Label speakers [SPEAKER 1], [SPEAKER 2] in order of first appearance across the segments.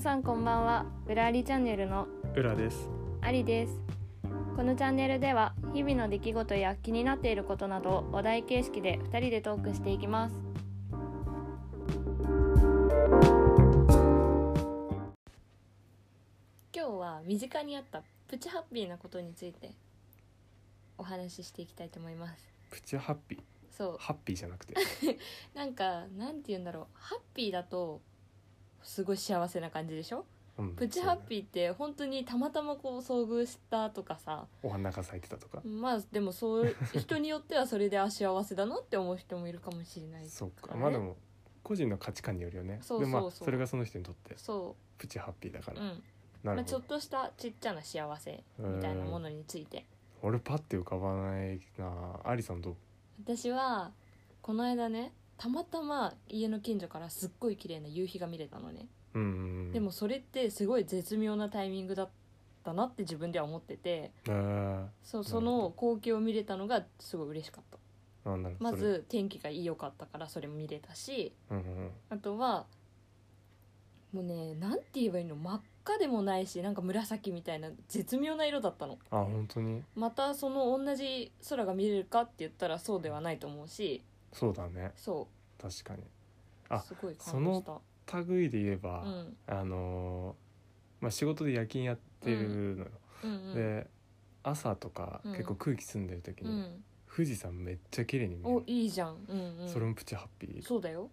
[SPEAKER 1] さんこんばんは裏ありチャンネルの
[SPEAKER 2] 裏です
[SPEAKER 1] ありですこのチャンネルでは日々の出来事や気になっていることなどをお題形式で2人でトークしていきます今日は身近にあったプチハッピーなことについてお話ししていきたいと思います
[SPEAKER 2] プチハッピー
[SPEAKER 1] そう
[SPEAKER 2] ハッピーじゃな くて
[SPEAKER 1] なんかなんて言うんだろうハッピーだとすごい幸せな感じでしょ
[SPEAKER 2] うん
[SPEAKER 1] プチハッピ
[SPEAKER 2] ー
[SPEAKER 1] ーって本当にたまたまこう遭遇したとかさ
[SPEAKER 2] お花が咲いてたとか
[SPEAKER 1] まあでもそう人によってはそれであ幸せだなって思う人もいるかもしれない
[SPEAKER 2] そっか
[SPEAKER 1] ね
[SPEAKER 2] まあでも個人の価値観によるよね
[SPEAKER 1] そう
[SPEAKER 2] でま
[SPEAKER 1] そう
[SPEAKER 2] あ
[SPEAKER 1] そう
[SPEAKER 2] それ がその人にとって
[SPEAKER 1] そ
[SPEAKER 2] プチハッピーだか
[SPEAKER 1] う、う
[SPEAKER 2] ら、
[SPEAKER 1] ん
[SPEAKER 2] な
[SPEAKER 1] ま
[SPEAKER 2] る
[SPEAKER 1] あ、
[SPEAKER 2] ほ
[SPEAKER 1] ちょ
[SPEAKER 2] ど、
[SPEAKER 1] っとしたちっちゃな幸せみたいなものについて
[SPEAKER 2] 俺パッて浮かばないなありさんどう
[SPEAKER 1] 私はこの間ねたまたま家の近所からすっごい綺麗な夕日が見れたのね、
[SPEAKER 2] うんうんうん
[SPEAKER 1] でもそれってすごい絶妙なタイミングだったなって自分では思ってて
[SPEAKER 2] えー、
[SPEAKER 1] そうその光景を見れたのがすごい嬉しかった
[SPEAKER 2] なんだろう
[SPEAKER 1] ま
[SPEAKER 2] それ
[SPEAKER 1] ず天気が良かったからそれも見れたし
[SPEAKER 2] うんうん
[SPEAKER 1] あとはもうねなんて言えばいいの真っ赤でもないしなんか紫みたいな絶妙な色だったの
[SPEAKER 2] あ本当に
[SPEAKER 1] またその同じ空が見れるかって言ったらそうではないと思うし
[SPEAKER 2] そうだね
[SPEAKER 1] そ
[SPEAKER 2] 確かに
[SPEAKER 1] う
[SPEAKER 2] あ
[SPEAKER 1] すごい感動した
[SPEAKER 2] 類で言えば、
[SPEAKER 1] うん
[SPEAKER 2] あのーまあ仕事で夜勤やってるのよ、
[SPEAKER 1] うんうん
[SPEAKER 2] で朝とか、
[SPEAKER 1] うん
[SPEAKER 2] 結構空気澄んでる時
[SPEAKER 1] う
[SPEAKER 2] に、
[SPEAKER 1] ん
[SPEAKER 2] 富士山めっちゃ綺麗に見え
[SPEAKER 1] お
[SPEAKER 2] る、
[SPEAKER 1] いいじゃんうんうん
[SPEAKER 2] それもプチハッピー
[SPEAKER 1] そう だよ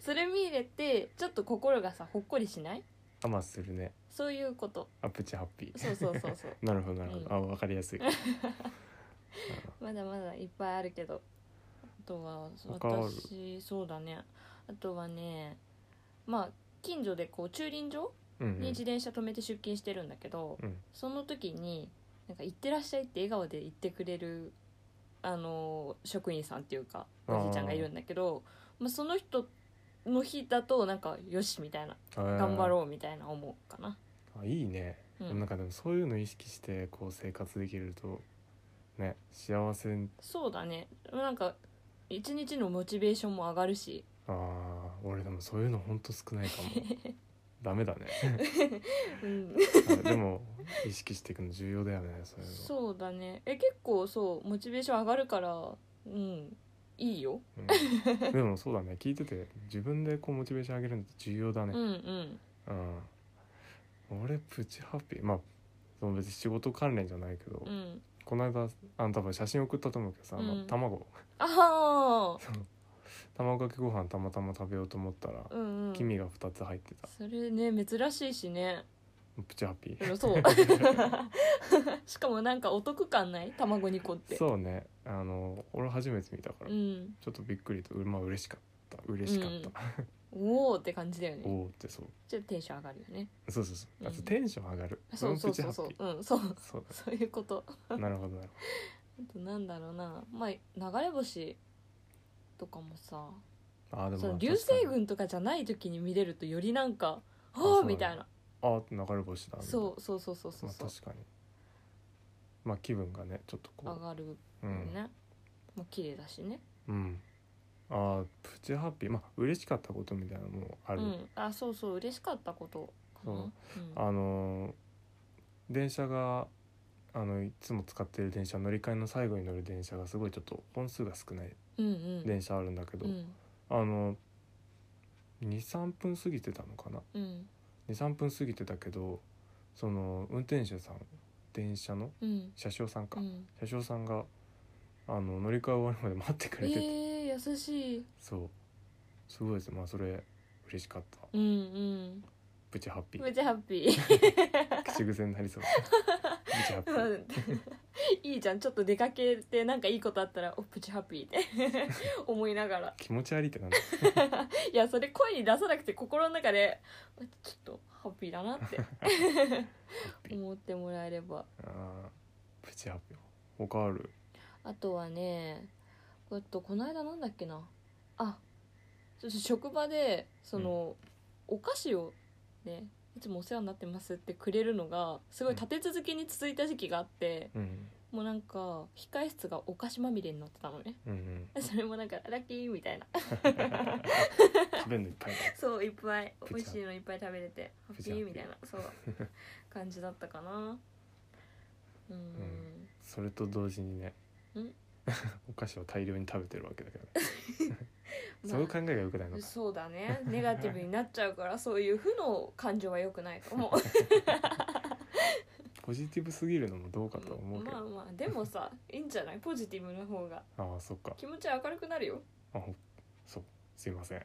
[SPEAKER 1] それ見れてちょっと心がさほっこりしない
[SPEAKER 2] あまあするね
[SPEAKER 1] そういうこと
[SPEAKER 2] あプチハッピー
[SPEAKER 1] そうそうそ うそう
[SPEAKER 2] なるほどなるほど、
[SPEAKER 1] うん
[SPEAKER 2] あわかりやすい
[SPEAKER 1] まだまだいっぱいあるけどあとは
[SPEAKER 2] 他ある
[SPEAKER 1] 私そうだねあとはねまあ近所でこう駐輪場
[SPEAKER 2] うんうん
[SPEAKER 1] に自転車止めて出勤してるんだけど、
[SPEAKER 2] うん
[SPEAKER 1] その時に「なんか行ってらっしゃい」って笑顔で言ってくれるあの職員さんっていうか
[SPEAKER 2] あー
[SPEAKER 1] おじいちゃんがいるんだけどまあ、その人の日だとなんかよしみたいな
[SPEAKER 2] あー
[SPEAKER 1] 頑張ろうみたいな思うかな。
[SPEAKER 2] あいいね、
[SPEAKER 1] う
[SPEAKER 2] でもなん
[SPEAKER 1] ん、
[SPEAKER 2] かでもそういうの意識してこう生活できるとね幸せに
[SPEAKER 1] そうだねなんか一日のモチベーションも上がるし
[SPEAKER 2] あー俺でもそういうのほんと少ないか もダメだね
[SPEAKER 1] うん、
[SPEAKER 2] あでも意識していくの重要だよねそういうの
[SPEAKER 1] そうだねえ結構そうモチベーション上がるからうんいいよ、
[SPEAKER 2] うん、でもそうだね聞いてて自分でこうモチベーション上げるのって重要だね
[SPEAKER 1] うんうん
[SPEAKER 2] うん、俺プチハッピーまあその別に仕事関連じゃないけど、
[SPEAKER 1] うん
[SPEAKER 2] この間あの多分写真送ったと思うけどさ、あ
[SPEAKER 1] う
[SPEAKER 2] の
[SPEAKER 1] ん
[SPEAKER 2] 卵
[SPEAKER 1] ああ
[SPEAKER 2] 卵かけご飯たまたま食べようと思ったら、
[SPEAKER 1] うんうん
[SPEAKER 2] 黄身が2つ入ってた
[SPEAKER 1] それね珍しいしね
[SPEAKER 2] プチハッピー
[SPEAKER 1] うんそう しかもなんかお得感ない卵2個ってう、
[SPEAKER 2] そうねあの俺初めて見たから、ち
[SPEAKER 1] ん、
[SPEAKER 2] ょっとびっくりとうまあ嬉しかった嬉しかった、
[SPEAKER 1] おおって感じだよ
[SPEAKER 2] お
[SPEAKER 1] ね
[SPEAKER 2] おってそう
[SPEAKER 1] ちょっとテンション上がるよね
[SPEAKER 2] そうそうそうあ
[SPEAKER 1] う
[SPEAKER 2] と
[SPEAKER 1] ん
[SPEAKER 2] テンション上がる、
[SPEAKER 1] そうそうそ
[SPEAKER 2] そ
[SPEAKER 1] うそ
[SPEAKER 2] れもプチハッピ
[SPEAKER 1] ううんそう
[SPEAKER 2] ーそう
[SPEAKER 1] そういうこと
[SPEAKER 2] だなるほどなる
[SPEAKER 1] あとなんだろうなまあ流れ星とかもさ
[SPEAKER 2] ほどあーでも
[SPEAKER 1] そ
[SPEAKER 2] ま
[SPEAKER 1] の
[SPEAKER 2] あ
[SPEAKER 1] 流星群とかじゃない時に見れるとよりなんか「は
[SPEAKER 2] そ
[SPEAKER 1] あ」
[SPEAKER 2] う
[SPEAKER 1] みたいな
[SPEAKER 2] あー流れ星だみたいな
[SPEAKER 1] そうそうそうそうそう
[SPEAKER 2] まあ、
[SPEAKER 1] そう
[SPEAKER 2] 確かにまあ気分がねちょっとこ
[SPEAKER 1] 上がるよ
[SPEAKER 2] う、う
[SPEAKER 1] ね、
[SPEAKER 2] ん
[SPEAKER 1] もう綺麗だしね
[SPEAKER 2] うん、あープチハッピーまあ嬉しかったことみたいなのもあ
[SPEAKER 1] う
[SPEAKER 2] る、
[SPEAKER 1] んあそうそう嬉しかったことかな
[SPEAKER 2] そう
[SPEAKER 1] うん
[SPEAKER 2] あのー電車があのいつも使ってる電車乗り換えの最後に乗る電車がすごいちょっと本数が少ない
[SPEAKER 1] うんうん
[SPEAKER 2] 電車あるんだけど、
[SPEAKER 1] うん
[SPEAKER 2] あの23分過ぎてたのかな
[SPEAKER 1] うん
[SPEAKER 2] 23分過ぎてたけどその運転手さん電車の
[SPEAKER 1] うん
[SPEAKER 2] 車掌さんか、
[SPEAKER 1] うん
[SPEAKER 2] 車掌さんがあの乗り換え終わるまで待ってくれ
[SPEAKER 1] え
[SPEAKER 2] てて、
[SPEAKER 1] ー、優しい
[SPEAKER 2] そうすごいですまあそれ嬉しかった
[SPEAKER 1] うんうん
[SPEAKER 2] プチハッピ
[SPEAKER 1] めっ
[SPEAKER 2] ー
[SPEAKER 1] ちゃハッピー
[SPEAKER 2] 口癖になりそうプチハッピ
[SPEAKER 1] う
[SPEAKER 2] ー
[SPEAKER 1] んいいじゃんちょっと出かけてなんかいいことあったら「おプチハッピー」って 思いながら
[SPEAKER 2] 気持ち悪いってなんだ
[SPEAKER 1] いやそれ声に出さなくて心の中でちょっとハッピーだなって
[SPEAKER 2] ハッピー
[SPEAKER 1] 思ってもらえれば
[SPEAKER 2] あープチハッピー他ある
[SPEAKER 1] あとはねえっとこの間なんだっけなあちょっと職場でその、お菓子をねいつもお世話になってますってくれるのがすごい立て続けに続いた時期があって
[SPEAKER 2] うん
[SPEAKER 1] もうなんか控室がお菓子まみれになってたのね
[SPEAKER 2] うんうん
[SPEAKER 1] それもなんかラッキーみたいな
[SPEAKER 2] 食べるのいっぱいだ
[SPEAKER 1] そういっぱい
[SPEAKER 2] プチャ
[SPEAKER 1] 美味しいのいっぱい食べれてハ
[SPEAKER 2] プ
[SPEAKER 1] ッ
[SPEAKER 2] チ
[SPEAKER 1] ピ
[SPEAKER 2] ャ
[SPEAKER 1] ーみたいなそう感じだったかなうーん
[SPEAKER 2] それと同時にね
[SPEAKER 1] ん
[SPEAKER 2] お菓子を大量に食べてるわけだから、
[SPEAKER 1] まあ
[SPEAKER 2] そういう考えがよくないのか
[SPEAKER 1] そうだねネガティブになっちゃうからそういう負の感情は良くないと思う
[SPEAKER 2] ポジティブすぎるのもどうかとは思うけど、
[SPEAKER 1] まあまあで もさいいんじゃないポジティブの方が
[SPEAKER 2] ああそっか
[SPEAKER 1] 気持ちは明るくなるよ
[SPEAKER 2] あほそうすいません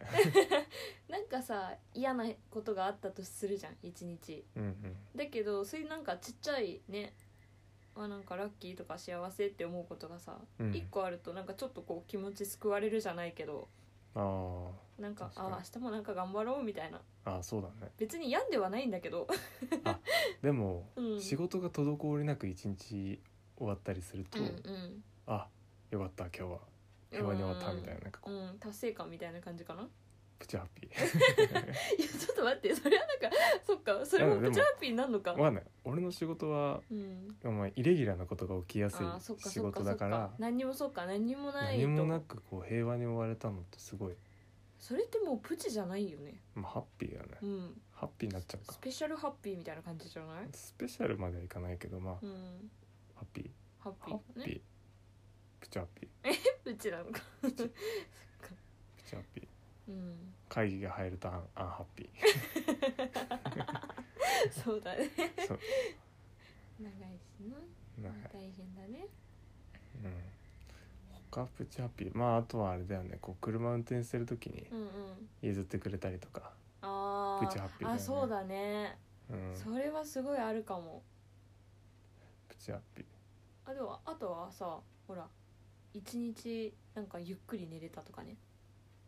[SPEAKER 1] なんかさ嫌なことがあったとするじゃん一日
[SPEAKER 2] うんうん
[SPEAKER 1] だけどそういうなんかちっちゃいねあなんかラッキーとか幸せって思うことがさ、
[SPEAKER 2] う
[SPEAKER 1] 一
[SPEAKER 2] ん
[SPEAKER 1] 1個あるとなんかちょっとこう気持ち救われるじゃないけど
[SPEAKER 2] あ
[SPEAKER 1] なんか
[SPEAKER 2] 確か
[SPEAKER 1] あ
[SPEAKER 2] に
[SPEAKER 1] 明日もなんか頑張ろうみたいな
[SPEAKER 2] あああそうだね
[SPEAKER 1] 別に病んではないんだけど、
[SPEAKER 2] でも、
[SPEAKER 1] うん、
[SPEAKER 2] 仕事が滞りなく一日終わったりすると、
[SPEAKER 1] うんうん
[SPEAKER 2] あよかった今日は平和に終わったみたいななんかこ
[SPEAKER 1] うん、うん、達成感みたいな感じかな
[SPEAKER 2] うプチハッピ
[SPEAKER 1] いやちょっと待ってそれはなんかそっかそれも
[SPEAKER 2] いやで
[SPEAKER 1] プ
[SPEAKER 2] も
[SPEAKER 1] チハッピーになるのか
[SPEAKER 2] ーわかんない俺の仕事は、
[SPEAKER 1] うん
[SPEAKER 2] まあ、イレギュラーなことが起きやす
[SPEAKER 1] あーそっ
[SPEAKER 2] い
[SPEAKER 1] か
[SPEAKER 2] 仕
[SPEAKER 1] そっ
[SPEAKER 2] 事
[SPEAKER 1] かそ
[SPEAKER 2] だ
[SPEAKER 1] っ
[SPEAKER 2] から
[SPEAKER 1] か何にもそっか何にもない
[SPEAKER 2] 何
[SPEAKER 1] と
[SPEAKER 2] もなくこう平和に終われたのってすごい、
[SPEAKER 1] それってもうプチじゃないよね
[SPEAKER 2] まあ、ハッピーだね、
[SPEAKER 1] うん
[SPEAKER 2] ハッピーになっちゃうか
[SPEAKER 1] スペシャルハッピーみたいな感じじゃない
[SPEAKER 2] スペシャルまではいかないけどまあ、
[SPEAKER 1] うん
[SPEAKER 2] ハッピー
[SPEAKER 1] ハッ
[SPEAKER 2] ハ
[SPEAKER 1] ピー
[SPEAKER 2] ッピー、
[SPEAKER 1] ね
[SPEAKER 2] プチハッピー
[SPEAKER 1] プチなのかそっか
[SPEAKER 2] プチハッピー
[SPEAKER 1] うん
[SPEAKER 2] 会議が入るとアンアンハッピ
[SPEAKER 1] そうだね
[SPEAKER 2] ーそう、
[SPEAKER 1] 長いしな
[SPEAKER 2] なんか
[SPEAKER 1] 大変だね
[SPEAKER 2] うん、他プチハッピーまああとはあれだよねこう車運転してる時に
[SPEAKER 1] うんうん
[SPEAKER 2] 譲ってくれたりとか、
[SPEAKER 1] あ
[SPEAKER 2] プチハッピーだ
[SPEAKER 1] あ
[SPEAKER 2] よ
[SPEAKER 1] あ
[SPEAKER 2] ね
[SPEAKER 1] そうだね
[SPEAKER 2] うん、
[SPEAKER 1] それはすごいあるかも
[SPEAKER 2] プチハッピー
[SPEAKER 1] あでもあとはさほら一日なんかゆっくり寝れたとかね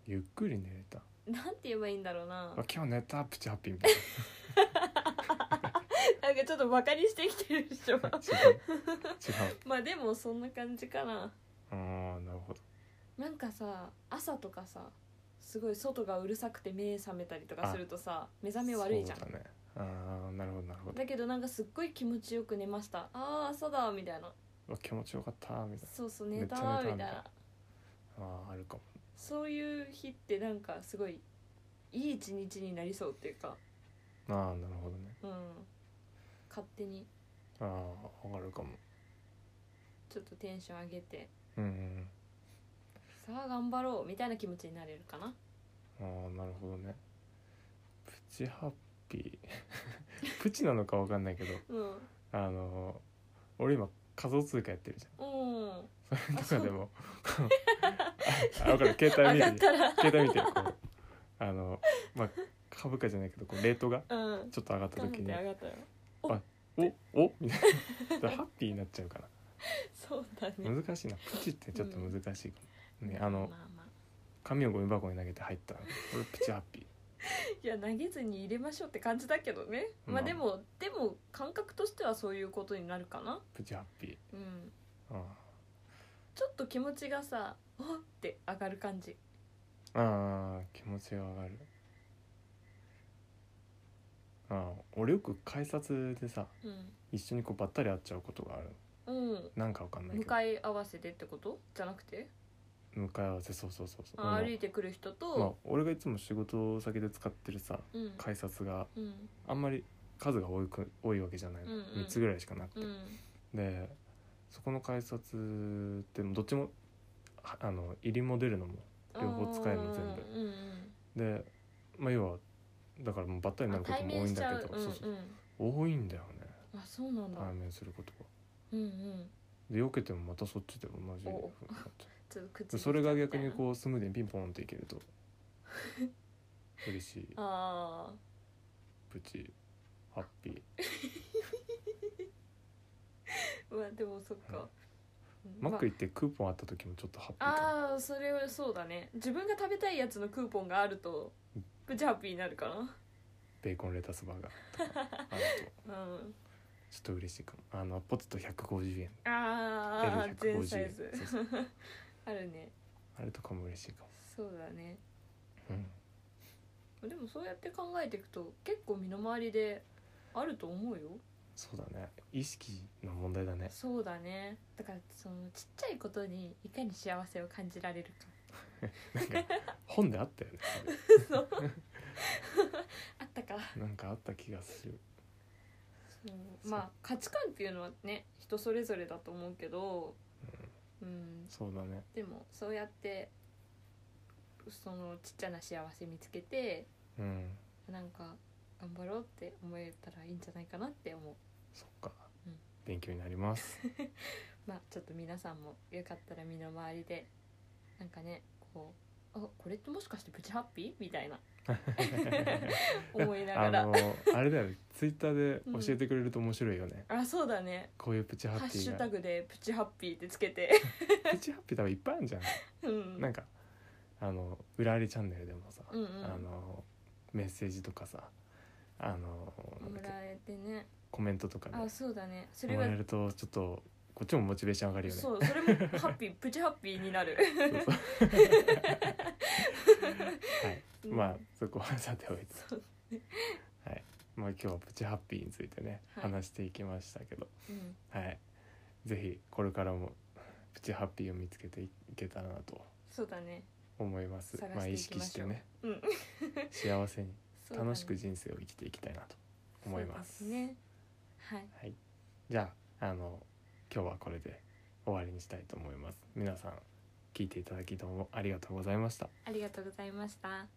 [SPEAKER 2] ゆっくり寝れた
[SPEAKER 1] なんて言えばいいんだろうな
[SPEAKER 2] あ今日寝たプチハッピーみたい
[SPEAKER 1] なんかちょっとバカにしてきてるでしょ
[SPEAKER 2] な 違う違う
[SPEAKER 1] まあでもそんな感じかな
[SPEAKER 2] ああなるほど
[SPEAKER 1] なんかさ朝とかさすごい外がうるさくて目覚めたりとかするとさ目覚め悪いじゃん
[SPEAKER 2] そ
[SPEAKER 1] だ,、
[SPEAKER 2] うだねああなるほどなるほど
[SPEAKER 1] けどなんかすっごい気持ちよく寝ましたあー朝だみたいな
[SPEAKER 2] うわ気持ちよかったみたい
[SPEAKER 1] そうそう寝た
[SPEAKER 2] めっちゃ寝た
[SPEAKER 1] みたい
[SPEAKER 2] みたい
[SPEAKER 1] な
[SPEAKER 2] ななあーあるかも
[SPEAKER 1] そういう日ってなんかすごいいい一日になりそうっていうか
[SPEAKER 2] ああなるほどね
[SPEAKER 1] うん勝手に
[SPEAKER 2] ああわかるかも
[SPEAKER 1] ちょっとテンション上げて
[SPEAKER 2] うんうん
[SPEAKER 1] さあ頑張ろうみたいな気持ちになれるかな
[SPEAKER 2] うんああなるほどねプチハッピー プチなのかわかんないけど
[SPEAKER 1] うん
[SPEAKER 2] あの俺今仮想通貨やってるじ
[SPEAKER 1] うん
[SPEAKER 2] ゃん それとかでも あ分かる携帯
[SPEAKER 1] 上がっ
[SPEAKER 2] 見て
[SPEAKER 1] たら
[SPEAKER 2] 携帯見てこうあのまあ株価じゃないけどこうレートが
[SPEAKER 1] うん
[SPEAKER 2] ちょっと上がった
[SPEAKER 1] 頑張って
[SPEAKER 2] 時
[SPEAKER 1] 上
[SPEAKER 2] に
[SPEAKER 1] がったよ
[SPEAKER 2] 「おおみたいなだからハッピーになっちゃうから
[SPEAKER 1] そうだね
[SPEAKER 2] 難しいなプチってちょっと難しいかも、ねあの
[SPEAKER 1] まあまあ
[SPEAKER 2] 紙をゴミ箱に投げて入った俺プチハッピー
[SPEAKER 1] いや投げずに入れましょうって感じだけどねま
[SPEAKER 2] まあ
[SPEAKER 1] あでも、でも感覚としてはそういうことになるかな
[SPEAKER 2] プチハッピー
[SPEAKER 1] うん
[SPEAKER 2] あ
[SPEAKER 1] ちょっと気持ちがさ「おっ!」って上がる感じ
[SPEAKER 2] あああ気持ちが上がるああ俺よく改札でさ
[SPEAKER 1] うん、
[SPEAKER 2] 一緒にこうばったり会っちゃうことがある
[SPEAKER 1] うん、
[SPEAKER 2] なんかわかんないけ
[SPEAKER 1] 向
[SPEAKER 2] ど
[SPEAKER 1] かい合わせてってことじゃなくて
[SPEAKER 2] 向かい合わせそうそうそうそう
[SPEAKER 1] あ
[SPEAKER 2] あの
[SPEAKER 1] 歩いてくる人
[SPEAKER 2] まあ
[SPEAKER 1] と、、
[SPEAKER 2] 俺がいつも仕事先で使ってるさ
[SPEAKER 1] うん
[SPEAKER 2] 改札が
[SPEAKER 1] うん
[SPEAKER 2] あんまり数が多いく多いわけじゃないの、
[SPEAKER 1] うんうん
[SPEAKER 2] 3つぐらいしかなくて、
[SPEAKER 1] うん
[SPEAKER 2] でそこの改札ってどっちもはあの入りも出るのも両方使えるの全部
[SPEAKER 1] あーうんうん
[SPEAKER 2] で、まあ、要はだからもうばったりにな
[SPEAKER 1] あ
[SPEAKER 2] ること
[SPEAKER 1] 対
[SPEAKER 2] も多
[SPEAKER 1] 面
[SPEAKER 2] いん
[SPEAKER 1] しち
[SPEAKER 2] だ
[SPEAKER 1] ゃ
[SPEAKER 2] け
[SPEAKER 1] う
[SPEAKER 2] ど
[SPEAKER 1] うん
[SPEAKER 2] そううんそう多いんだよね
[SPEAKER 1] あそうなんだ
[SPEAKER 2] 対面することが。
[SPEAKER 1] うんうん
[SPEAKER 2] で避けてもまたそっちで同じ
[SPEAKER 1] お
[SPEAKER 2] ふうになっちゃ
[SPEAKER 1] ちょっと口
[SPEAKER 2] う
[SPEAKER 1] に
[SPEAKER 2] それが逆
[SPEAKER 1] み
[SPEAKER 2] に
[SPEAKER 1] たいな
[SPEAKER 2] こうスムーズにピンポンっていけると嬉しい
[SPEAKER 1] ああ
[SPEAKER 2] プチハッピー
[SPEAKER 1] うわでもそっか、うん
[SPEAKER 2] マッ
[SPEAKER 1] まあ
[SPEAKER 2] ク行ってクーポンあった時もちょっとハッピーかも
[SPEAKER 1] ああそれはそうだね自分が食べたいやつのクーポンがあるとプチハッピーになるか
[SPEAKER 2] ベーコンレタスバーガーとかあると
[SPEAKER 1] なうん
[SPEAKER 2] ちょっと嬉しいかもあのポテト150円
[SPEAKER 1] ああ
[SPEAKER 2] L150
[SPEAKER 1] 全サイズ
[SPEAKER 2] そう
[SPEAKER 1] あるね
[SPEAKER 2] あれとかも嬉しいかも、
[SPEAKER 1] そうだね
[SPEAKER 2] うん、
[SPEAKER 1] でもそうやって考えていくと結構身の回りであると思うよ
[SPEAKER 2] そうだね意識の問題だね
[SPEAKER 1] そうだねだからそのちっちゃいことにいかに幸せを感じられるか
[SPEAKER 2] なんか本であったよね
[SPEAKER 1] そうあったか
[SPEAKER 2] それなんかあった気がする
[SPEAKER 1] そうまあ価値観っていうのはね人それぞれだと思うけど、うん、
[SPEAKER 2] そうだね
[SPEAKER 1] でもそうやってそのちっちゃな幸せ見つけて
[SPEAKER 2] うん
[SPEAKER 1] なんか頑張ろうって思えたらいいんじゃないかなって思う
[SPEAKER 2] そっか、
[SPEAKER 1] うん
[SPEAKER 2] 勉強になり ます
[SPEAKER 1] まあちょっと皆さんもよかったら身の回りでなんかねこうあこれってもしかしてプチハッピーみたいな思いなが
[SPEAKER 2] あ
[SPEAKER 1] ら
[SPEAKER 2] のあれだよツイッターで教えてくれると面白いよね、
[SPEAKER 1] あそうだね
[SPEAKER 2] こういうプチハ
[SPEAKER 1] ハ
[SPEAKER 2] ッ
[SPEAKER 1] ッ
[SPEAKER 2] ピ
[SPEAKER 1] シ
[SPEAKER 2] ー
[SPEAKER 1] ュ
[SPEAKER 2] が
[SPEAKER 1] タグでプチハッピーってつ けて
[SPEAKER 2] プチハッピー多分いっぱいあるじゃん、
[SPEAKER 1] うん
[SPEAKER 2] なんかあの「裏ありチャンネル」でもさ、
[SPEAKER 1] うんうん
[SPEAKER 2] あのメッセージとかさあのなんだ
[SPEAKER 1] も
[SPEAKER 2] っけ
[SPEAKER 1] らえてね
[SPEAKER 2] コメントとかで
[SPEAKER 1] あそうだねそれ
[SPEAKER 2] も
[SPEAKER 1] が
[SPEAKER 2] らえるとちょっとこっちもモチベーション上がるよね
[SPEAKER 1] そうそれもハッピープチハッピーになる
[SPEAKER 2] そう そうはい、
[SPEAKER 1] うん
[SPEAKER 2] まあそこはさておいて、
[SPEAKER 1] そう
[SPEAKER 2] はいまあ、今日はプチハッピーについてね、
[SPEAKER 1] はい
[SPEAKER 2] 話していきましたけど、
[SPEAKER 1] うん
[SPEAKER 2] はい、ぜひこれからもプチハッピーを見つけていけたらなと
[SPEAKER 1] そうだね
[SPEAKER 2] 思います
[SPEAKER 1] 探
[SPEAKER 2] まあ
[SPEAKER 1] して
[SPEAKER 2] 意
[SPEAKER 1] いき
[SPEAKER 2] 識
[SPEAKER 1] ま
[SPEAKER 2] し
[SPEAKER 1] してょう
[SPEAKER 2] ね
[SPEAKER 1] うん
[SPEAKER 2] 幸せに
[SPEAKER 1] そうだね
[SPEAKER 2] 楽しく人生を生きていきたいなと思います
[SPEAKER 1] そうでねはい
[SPEAKER 2] はい、じゃああの今日はこれで終わりにしたいと思います皆さん聞いていただきどうもありがとうございました
[SPEAKER 1] ありがとうございました